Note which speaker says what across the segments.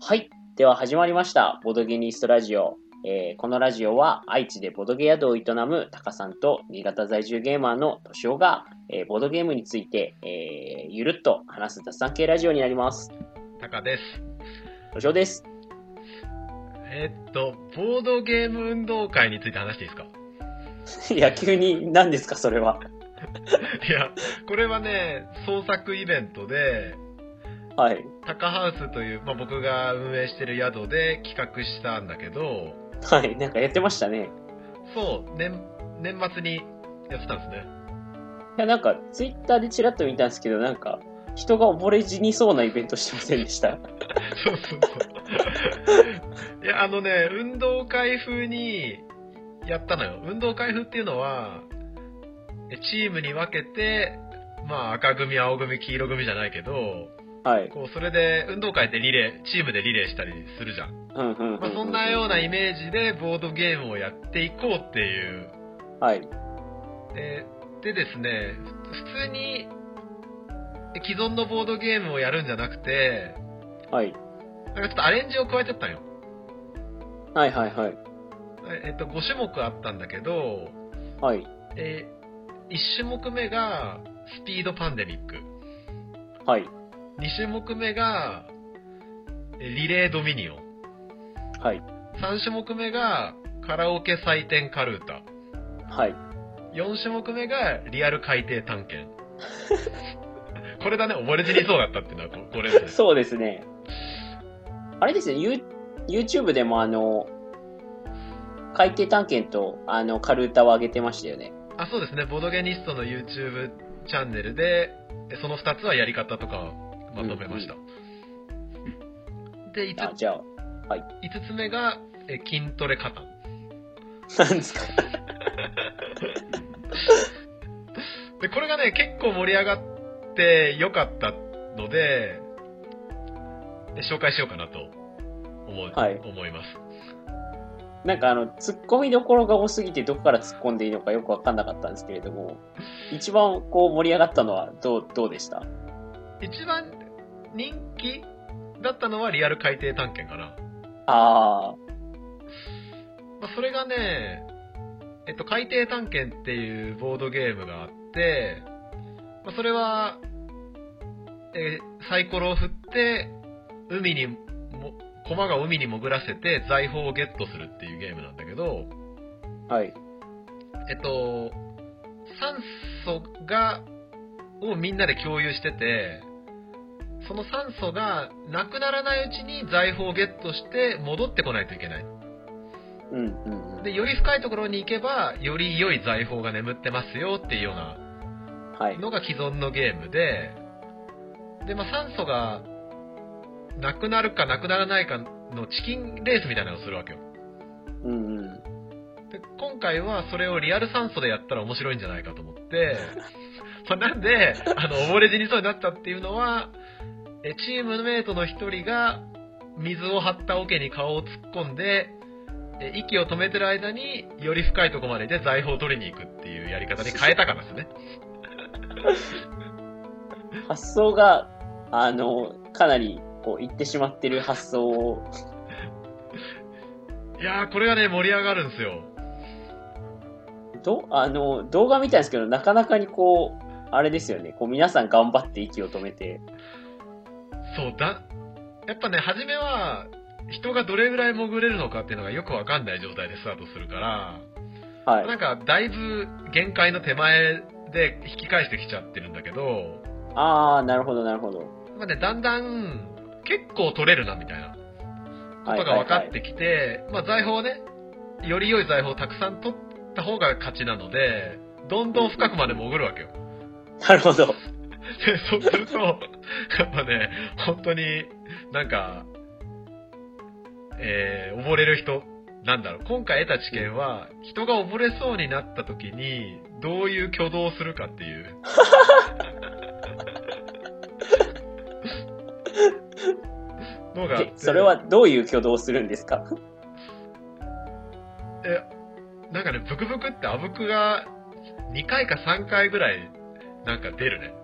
Speaker 1: はい。では始まりました。ボドゲニストラジオ。えーこのラジオは愛知でボドゲ宿を営むタカさんと新潟在住ゲーマーのトシオが、えーボードゲームについて、えーゆるっと話す雑談系ラジオになります。
Speaker 2: タカです。
Speaker 1: トシオです。
Speaker 2: えーっと、ボードゲーム運動会について話していいですか
Speaker 1: 野球に何ですかそれは。
Speaker 2: いや、これはね、創作イベントで、
Speaker 1: はい。
Speaker 2: タカハウスという、まあ、僕が運営してる宿で企画したんだけど、
Speaker 1: はい。なんかやってましたね。
Speaker 2: そう、年、年末にやってたんですね。
Speaker 1: いや、なんかツイッターでちらっと見たんですけど、なんか人が溺れ死にそうなイベントしてませんでした。
Speaker 2: そうそうそう。いや、あのね、運動会風にやったのよ。運動会風っていうのは、えチームに分けて、まあ赤組、青組、黄色組じゃないけど、
Speaker 1: はい。
Speaker 2: こうそれで運動会ってリレーチームでリレーしたりするじゃん、
Speaker 1: うんうんうん、うん。
Speaker 2: まあ、そんなようなイメージでボードゲームをやっていこうっていう
Speaker 1: はい。
Speaker 2: ででですねふ普通に既存のボードゲームをやるんじゃなくて
Speaker 1: はい。
Speaker 2: なんかちょっとアレンジを加えちゃったんよ
Speaker 1: はいはいはい。
Speaker 2: ええっと5種目あったんだけど、
Speaker 1: はい。
Speaker 2: え1種目目がスピードパンデミック
Speaker 1: はい。
Speaker 2: 2種目目がえリレードミニオン
Speaker 1: はい。
Speaker 2: 3種目目がカラオケ採点カルータ
Speaker 1: はい。
Speaker 2: 4種目目がリアル海底探検 これだね溺れ死にそうだったっていうのはここれですね
Speaker 1: そうですね。あれですね、ユー YouTube でもあの、海底探検とあの、カルータを上げてましたよね。
Speaker 2: あそうですねボドゲニストの YouTube チャンネルでえその2つはやり方とかをまとめました、で 5,
Speaker 1: あじゃあ、
Speaker 2: 5つ目がえ筋トレ肩
Speaker 1: 何ですか
Speaker 2: でこれがね結構盛り上がって良かったのでえ紹介しようかなと思,、、
Speaker 1: はいい
Speaker 2: 思います
Speaker 1: なんかあの、突っ込みどころが多すぎてどこから突っ込んでいいのかよくわかんなかったんですけれども、一番こう盛り上がったのはどう、どうでした
Speaker 2: 一番人気だったのはリアル海底探検かな、
Speaker 1: あ
Speaker 2: まあ、それがね、えっと、海底探検っていうボードゲームがあって、まあ、それは、えーサイコロを振って海にも駒が海に潜らせて財宝をゲットするっていうゲームなんだけど、
Speaker 1: あ、はい。
Speaker 2: えっと、酸素が、をみんなで共有してて、その酸素がなくならないうちに財宝をゲットして戻ってこないといけない。
Speaker 1: うんうんうん。
Speaker 2: で、より深いところに行けば、より良い財宝が眠ってますよっていうような
Speaker 1: はい。
Speaker 2: のが既存のゲームで、で、まあ、酸素がなくなるかなくならないかのチキンレースみたいなのをするわけよ。
Speaker 1: うんうん。
Speaker 2: で今回はそれをリアル酸素でやったら面白いんじゃないかと思って、まあなんであの溺れ死にそうになったっていうのはえチームメイトの一人が水を張った桶に顔を突っ込んでえ息を止めてる間により深いところまでで財宝を取りに行くっていうやり方に変えたからですね
Speaker 1: 発想が、あの、かなり、こう、いってしまってる発想を、
Speaker 2: いやーこれがね盛り上がるんですよ
Speaker 1: どあの動画みたいですけどなかなかにこうあれですよねこう皆さん頑張って息を止めて
Speaker 2: そうだやっぱね初めは人がどれぐらい潜れるのかっていうのがよくわかんない状態でスタートするから
Speaker 1: はい
Speaker 2: なんかだいぶ限界の手前で引き返してきちゃってるんだけど、
Speaker 1: ああなるほどなるほど
Speaker 2: まあね、だんだん結構取れるなみたいなこ
Speaker 1: はいは
Speaker 2: と
Speaker 1: い
Speaker 2: が分か
Speaker 1: は
Speaker 2: っ
Speaker 1: い
Speaker 2: てきて、まあ、財宝をねより良い財宝をたくさん取った方が勝ちなのでどんどん深くまで潜るわけよ。
Speaker 1: なるほど
Speaker 2: でそうするとやっぱね本当になんか、えー溺れる人なんだろう今回得た知見は人が溺れそうになった時にどういう挙動をするかっていう のがあって
Speaker 1: でそれはどういう挙動をするんですか
Speaker 2: えなんかねブクブクってあぶくが2回か3回ぐらいなんか出るね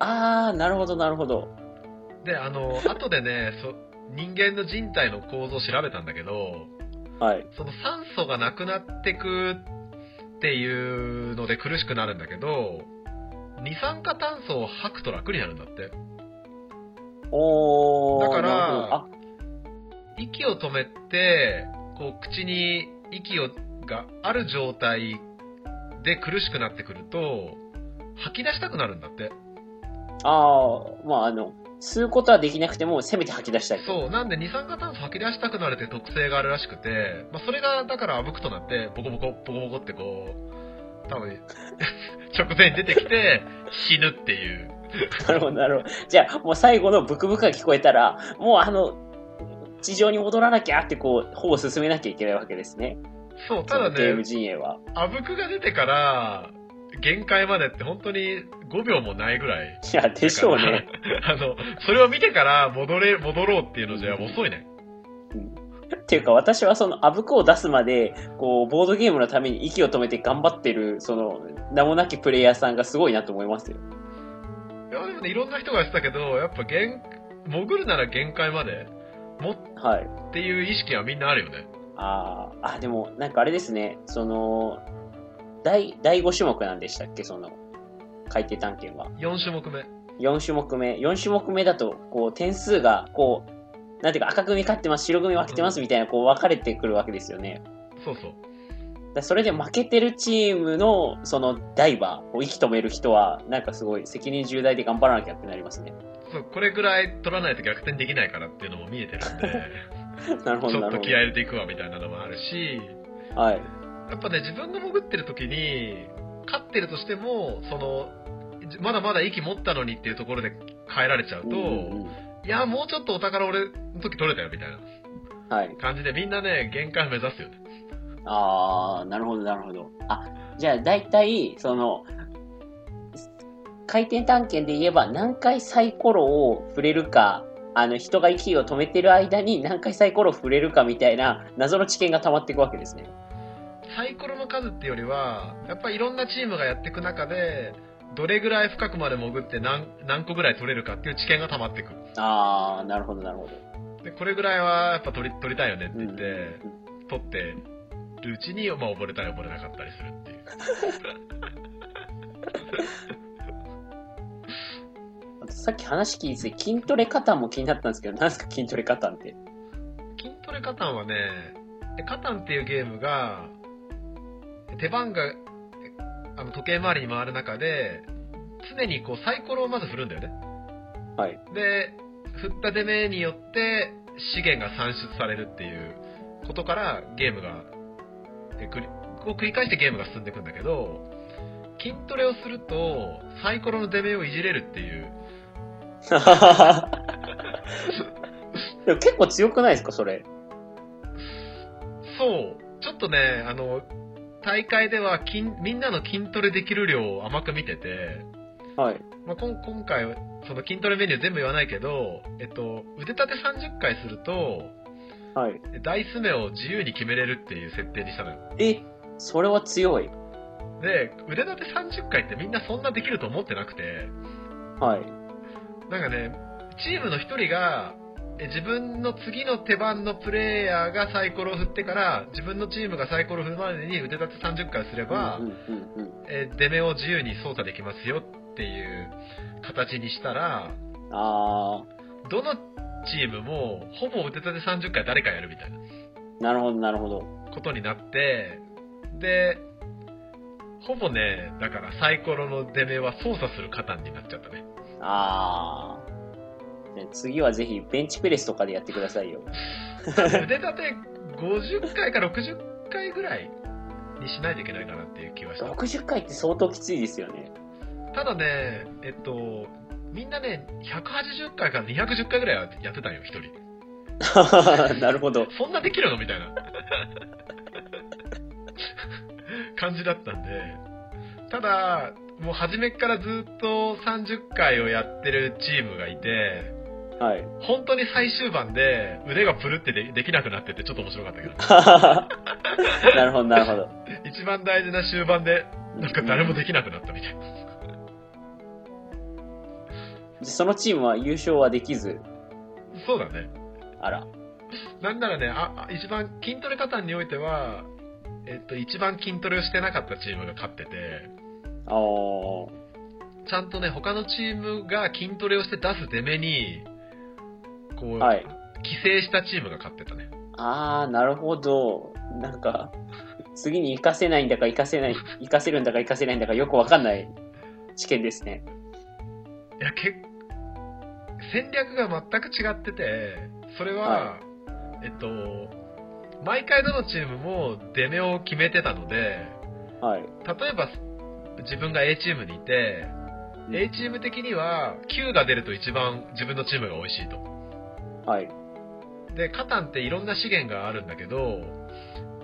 Speaker 1: ああなるほどなるほど
Speaker 2: であの後でねそ人間の人体の構造を調べたんだけど、
Speaker 1: はい。
Speaker 2: その酸素がなくなってくっていうので苦しくなるんだけど、二酸化炭素を吐くと楽になるんだって。
Speaker 1: おー。
Speaker 2: だから
Speaker 1: なるほどあ、
Speaker 2: 息を止めて、こう口に息をがある状態で苦しくなってくると、吐き出したくなるんだって。
Speaker 1: あー、まあ、あの、吸うことはできなくても、せめて吐き出したい。
Speaker 2: そう、なんで二酸化炭素吐き出したくなるって特性があるらしくて、まあ、それがだからあぶくとなって、ボコボコ、ボコボコってこう、多分 直前に出てきて、死ぬっていう。
Speaker 1: なるほど、なるほど。じゃあ、もう最後のブクブクが聞こえたら、もうあの、地上に戻らなきゃってこう、方を進めなきゃいけないわけですね。
Speaker 2: そう、
Speaker 1: そ
Speaker 2: ただ
Speaker 1: のゲー
Speaker 2: ね
Speaker 1: ム、陣営は。
Speaker 2: あぶくが出てから、限界までって本当に5秒もないぐらい。
Speaker 1: いや、でしょうね。
Speaker 2: あの、それを見てから戻れ、戻ろうっていうのじゃ遅いね。
Speaker 1: っていうか私はそのあぶくを出すまでこうボードゲームのために息を止めて頑張ってるその名もなきプレイヤーさんがすごいなと思いますよ
Speaker 2: いや、でもね、いろんな人が言ってたけど、やっぱ限、潜るなら限界まで、も
Speaker 1: はい
Speaker 2: っていう意識はみんなあるよね。
Speaker 1: あーあでもなんかあれですねその第第5種目なんでしたっけその海底探検は
Speaker 2: 4種目目。
Speaker 1: 4種目目4種目目だとこう点数がこうなんていうか赤組勝ってます白組負けてますみたいなこう分かれてくるわけですよね
Speaker 2: そうそ
Speaker 1: だ
Speaker 2: う。
Speaker 1: からそれで負けてるチームのそのダイバーを息止める人はなんかすごい責任重大で頑張らなきゃってなりますね
Speaker 2: そう、これぐらい取らないと逆転できないからっていうのも見え てるんで、
Speaker 1: なるほ
Speaker 2: ち
Speaker 1: ど、
Speaker 2: ょ
Speaker 1: な
Speaker 2: っ
Speaker 1: るほ
Speaker 2: と気合入れていくわみたいなのもあるし、
Speaker 1: ど。はい。
Speaker 2: やっぱね、自分が潜ってる時に、勝ってるとしても、その、じまだまだ息持ったのにっていうところで変えられちゃうと、
Speaker 1: うんうん
Speaker 2: いや、もうちょっとお宝俺の時取れたよみたいな
Speaker 1: はい。
Speaker 2: 感じで、みんなね、限界を目指すよね。
Speaker 1: ああ、なるほど、なるほど。あ、じゃあ大体、その、回転探検で言えば何回サイコロを振れるか、あの人が息を止めてる間に何回サイコロを振れるかみたいな謎の知見が溜まっていくわけですね。
Speaker 2: サイコロの数っていうよりは、やっぱりいろんなチームがやっていく中で、どれぐらい深くまで潜って何何個ぐらい取れるかっていう知見が溜まってく
Speaker 1: ああ、なるほど、なるほど。
Speaker 2: でこれぐらいはやっぱ取り取りたいよねって
Speaker 1: うん
Speaker 2: 言って、取ってるうちに、まあ、溺れたり溺れなかったりするっていう
Speaker 1: あとさっき話聞いてて筋トレカタンも気になったんですけど、何ですか筋トレカタンって。
Speaker 2: 筋トレカタンはねでカタンっていうゲームが手番があの時計回りに回る中で常にこうサイコロをまず振るんだよね
Speaker 1: はい
Speaker 2: で振った出目によって資源が算出されるっていうことからゲームがえ繰りを繰り返してゲームが進んでいくんだけど筋トレをするとサイコロの出目をいじれるっていう
Speaker 1: でも結構強くないですか、それ。
Speaker 2: そう、ちょっとね、あの、大会では筋みんなの筋トレできる量を甘く見てて、
Speaker 1: はい。
Speaker 2: まあ、こん今回、その筋トレメニュー全部言わないけど、えっと、腕立て30回すると、
Speaker 1: はい。
Speaker 2: ダイス目を自由に決めれるっていう設定にしたのよ。
Speaker 1: えそれは強い
Speaker 2: で、腕立て30回ってみんなそんなできると思ってなくて、
Speaker 1: はい
Speaker 2: なんかね、チームの一人が、え自分の次の手番のプレイヤーがサイコロを振ってから、自分のチームがサイコロを振るまでに腕立て30回すれば、
Speaker 1: うんうんうんうん
Speaker 2: えー出目を自由に操作できますよっていう形にしたら
Speaker 1: あ
Speaker 2: どのチームもほぼ腕立て30回誰かやるみたいな
Speaker 1: ーなるほどなるほど
Speaker 2: ことになってでほぼねだからサイコロの出目は操作する方になっちゃったね
Speaker 1: あーで次はぜひベンチプレスとかでやってくださいよ
Speaker 2: 腕立て50回か60回ぐらいにしないといけないかなっていう気はした
Speaker 1: 60回って相当きついですよね
Speaker 2: ただねえっとみんなね180回から210回ぐらいはやってたんよ一人
Speaker 1: なるほど
Speaker 2: そんなできるのみたいな感じだったんで、ただ、もう初めっからずっと30回をやってるチームがいて、
Speaker 1: はい
Speaker 2: 本当に最終盤で腕がプルってでできなくなっててちょっと面白かったけど、
Speaker 1: なるほどなるほど
Speaker 2: 一番大事な終盤でなんか誰も
Speaker 1: うん
Speaker 2: できなくなったみたいな。
Speaker 1: そのチームは優勝はできず
Speaker 2: そうだね。
Speaker 1: あら。
Speaker 2: なんならね、あ、あ一番筋トレ加担においては、えっと、一番筋トレをしてなかったチームが勝ってて、
Speaker 1: あー。
Speaker 2: ちゃんとね、他のチームが筋トレをして出す出目に、こう、
Speaker 1: はい
Speaker 2: 規制したチームが勝ってたね。
Speaker 1: あー、なるほど。なんか、次に活かせないんだか活かせない、活かせるんだか活かせないんだかよくわかんない試験ですね。
Speaker 2: いや、け戦略が全く違ってて、それは、えっと、毎回どのチームも出目を決めてたので、
Speaker 1: はい。
Speaker 2: 例えば自分が A チームにいて、
Speaker 1: うん
Speaker 2: A チーム的には9が出ると一番自分のチームが美味しいと。
Speaker 1: はい。
Speaker 2: で、カタンっていろんな資源があるんだけど、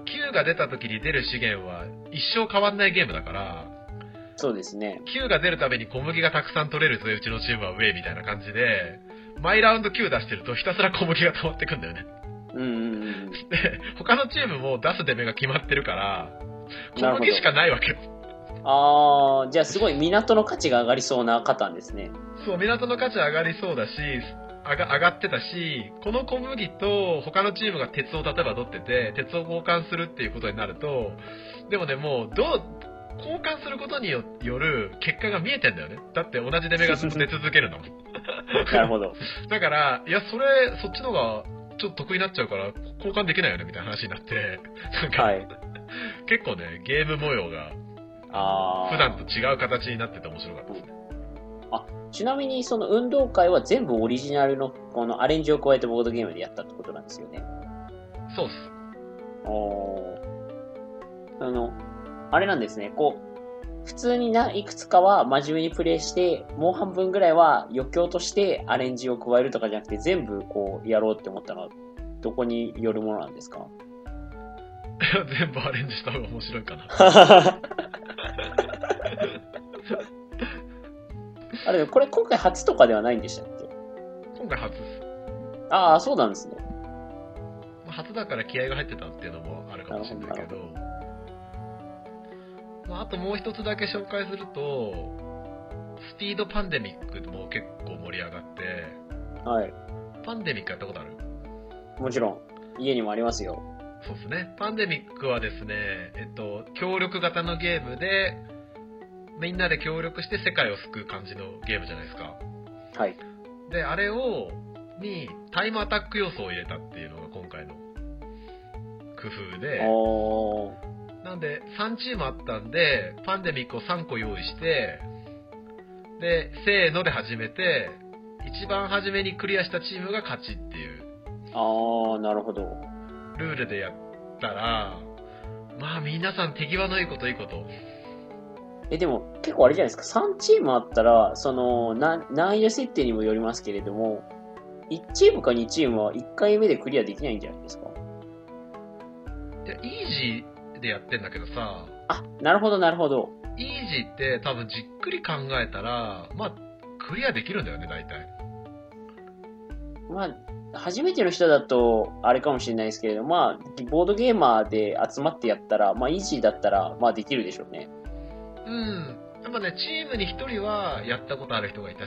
Speaker 2: 9が出た時に出る資源は一生変わんないゲームだから、
Speaker 1: そうですね。
Speaker 2: 9が出るために小麦がたくさん取れるぜ、うちのチームは上みたいな感じで、毎ラウンド9出してるとひたすら小麦が溜まってくんだよね。
Speaker 1: うんうんうん。
Speaker 2: で、他のチームも出す出目が決まってるから、
Speaker 1: なる
Speaker 2: 小
Speaker 1: ほど
Speaker 2: 麦しかないわけよ。
Speaker 1: あー、じゃあすごい港の価値が上がりそうな方ですね。
Speaker 2: そう、港の価値上がりそうだし、上が上がってたし、この小麦と他のチームが鉄を例えば取ってて、鉄を交換するっていうことになると、でもね、もう、どう、交換することによよる結果が見えてんだよね。だって同じ出目が出続けるの。
Speaker 1: なるほど。
Speaker 2: だから、いや、それ、そっちの方が、ちょっと得意になっちゃうから、交換できないよね、みたいな話になって、なんか、
Speaker 1: はい。
Speaker 2: 結構ね、ゲーム模様が、
Speaker 1: あー
Speaker 2: 普段と違う形になってて面白かったですね。
Speaker 1: ちなみにその運動会は全部オリジナルのこのアレンジを加えてボードゲームでやったってことなんですよね。
Speaker 2: そうっす。
Speaker 1: おーあの、あれなんですね。こう、普通にないくつかは真面目にプレイして、もう半分ぐらいは余興としてアレンジを加えるとかじゃなくて全部こうやろうって思ったのはどこによるものなんですか
Speaker 2: 全部アレンジした方が面白いかな。
Speaker 1: あれ、これ今回初とかではないんでしたっけ
Speaker 2: 今回初っす
Speaker 1: ああ、そうなんですね。
Speaker 2: 初だから気合が入ってたっていうのもあるかもしれないけど、まあ、あともう一つだけ紹介すると、スピードパンデミックも結構盛り上がって、
Speaker 1: はい。
Speaker 2: パンデミックやったことある
Speaker 1: もちろん、家にもありますよ。
Speaker 2: そうですね。パンデミックはですね、えっと、協力型のゲームで、みんなで協力して世界を救う感じのゲームじゃないですか。
Speaker 1: はい。
Speaker 2: で、あれを、に、タイムアタック要素を入れたっていうのが今回の工夫で、
Speaker 1: おー。
Speaker 2: なんで、3チームあったんで、パンデミックを3個用意して、で、せーので始めて、一番初めにクリアしたチームが勝ちっていう
Speaker 1: ああ、なるほど。
Speaker 2: ルールでやったら、まあ皆さん手際のいいこといいこと。
Speaker 1: え、でも、結構あれじゃないですか。3チームあったら、その、な難易度設定にもよりますけれども、1チームか2チームは1回目でクリアできないんじゃないですか。
Speaker 2: いや、イージーでやってんだけどさ、
Speaker 1: あ、なるほど、なるほど。
Speaker 2: イージーって多分じっくり考えたら、まあ、クリアできるんだよね、大体。
Speaker 1: まあ、初めての人だと、あれかもしれないですけれど、まあ、ボードゲーマーで集まってやったら、まあ、イージーだったら、まあ、できるでしょうね。
Speaker 2: うん。やっぱね、チームに1人はやったことある人がいたし、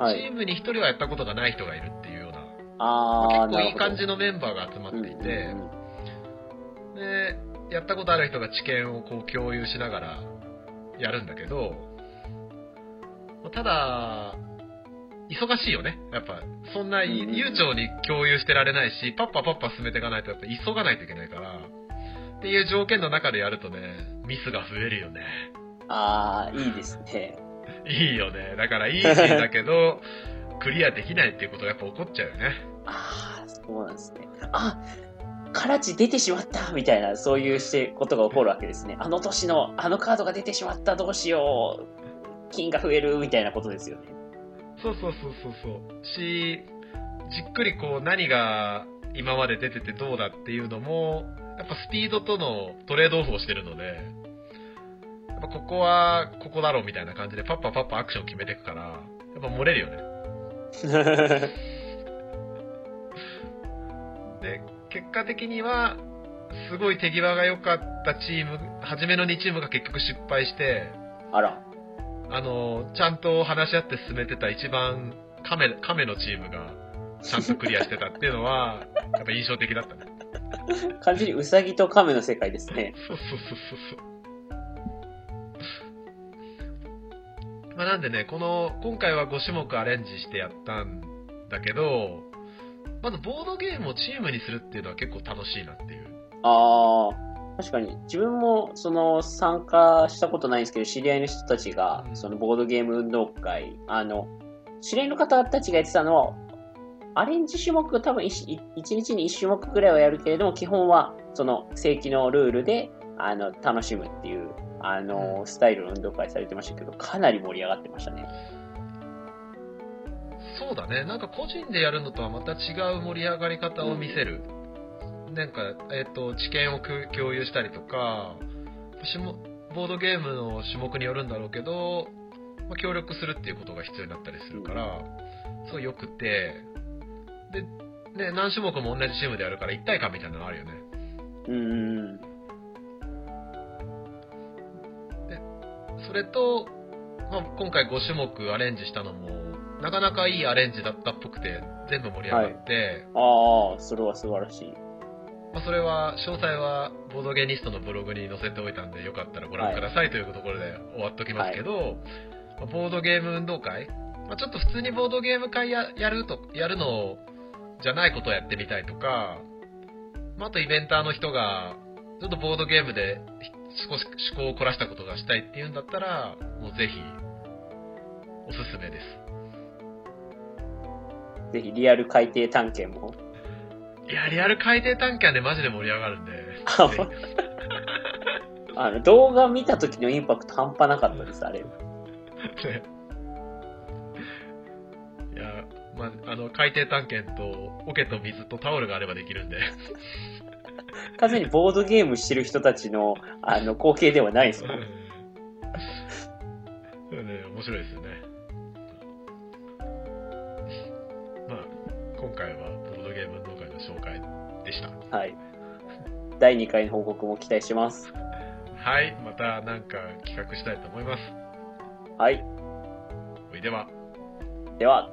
Speaker 1: は
Speaker 2: チ
Speaker 1: い。
Speaker 2: ームに1人はやったことがない人がいるっていうような、
Speaker 1: ああ、
Speaker 2: 結構
Speaker 1: なる
Speaker 2: いい
Speaker 1: ほど。
Speaker 2: 感じのメンバーが集まっていて
Speaker 1: うんうん、
Speaker 2: で、やったことある人が知見をこう共有しながらやるんだけど、ただ、忙しいよね。やっぱ、そんな
Speaker 1: うんうんうん
Speaker 2: 悠長に共有してられないし、パッパパッパ進めていかないと、やっぱ急がないといけないから、っていう条件の中でやるとね、ミスが増えるよね。
Speaker 1: うんああ、いいですね。
Speaker 2: いいよね。だから、いいシーンだけ ど、クリアできないっていうことがやっぱ起こっちゃうよね。
Speaker 1: ああ、そうなんですね。あカ地出てしまったみたいな、そういうしてことが起こるわけですね。あの年の、あのカードが出てしまった、どうしよう、金が増えるみたいなことですよね。
Speaker 2: そうそうそうそうそう。し、じっくりこう何が今まで出ててどうだっていうのも、やっぱスピードとのトレードオフをしてるので、やっぱここはここだろうみたいな感じでパッパパッパアクション決めていくから、やっぱ漏れるよね。で、結果的には、すごい手際が良かったチーム、初めの2チームが結局失敗して、
Speaker 1: あら、
Speaker 2: あの、ちゃんと話し合って進めてた一番カメ、カメのチームがちゃんとクリアしてたっていうのは、やっぱ印象的だったね。
Speaker 1: 完全にウサギとカメの世界ですね。
Speaker 2: そうそうそうそうそう。まあ、なんでね、この、今回は5種目アレンジしてやったんだけど、まずボードゲームをチームにするっていうのは結構楽しいなっていう。
Speaker 1: ああ、確かに。自分も、その、参加したことないんですけど、知り合いの人たちが
Speaker 2: う、ん
Speaker 1: その、ボードゲーム運動会、あの、知り合いの方たちがやってたのは、アレンジ種目、多分一一一日に1種目くらいはやるけれども、基本は、その、正規のルールで、あの、楽しむっていう、あの、スタイルの運動会されてましたけど、かなり盛り上がってましたね。
Speaker 2: そうだね、なんか個人でやるのとはまた違う盛り上がり方を見せる。なんか、えっ、と、知見をく共有したりとか、種目ボードゲームの種目によるんだろうけど、まあ協力するっていうことが必要になったりするから、すごい良くて、で、ね、何種目も同じチームでやるから一体感みたいなのあるよね。
Speaker 1: うーん。
Speaker 2: それと、まあ、今回5種目アレンジしたのも、なかなかいいアレンジだったっぽくて、全部盛り上がって、
Speaker 1: ああ、それは素晴らしい。
Speaker 2: まあ、それは詳細はボードゲニストのブログに載せておいたんでよかったらご覧ください、というところで終わっときますけど、まあボードゲーム運動会、まあ、ちょっと普通にボードゲーム会ややるとやるのじゃないことをやってみたいとか、まあ、あとイベンターの人がちょっとボードゲームでひ少し趣向を凝らしたことがしたいっていうんだったらもうぜひおすすめです
Speaker 1: ぜひ、リアル海底探検も。
Speaker 2: いやリアル海底探検はねマジで盛り上がるん で
Speaker 1: あ
Speaker 2: ぜひ
Speaker 1: あの動画見た時のインパクト半端なかったです、あれ。
Speaker 2: ねいや、まあ、あの、海底探検と、桶と水とタオルがあればできるんで。
Speaker 1: 完全にボードゲームしてる人たちのあの光景ではないです もん。
Speaker 2: うんね、面白いですよね。まあ、今回は、ボードゲーム動画の紹介でした。
Speaker 1: はい。第2回の報告も期待してます。
Speaker 2: はい、またなんか企画したいと思います。
Speaker 1: はい。
Speaker 2: おいでは。
Speaker 1: では、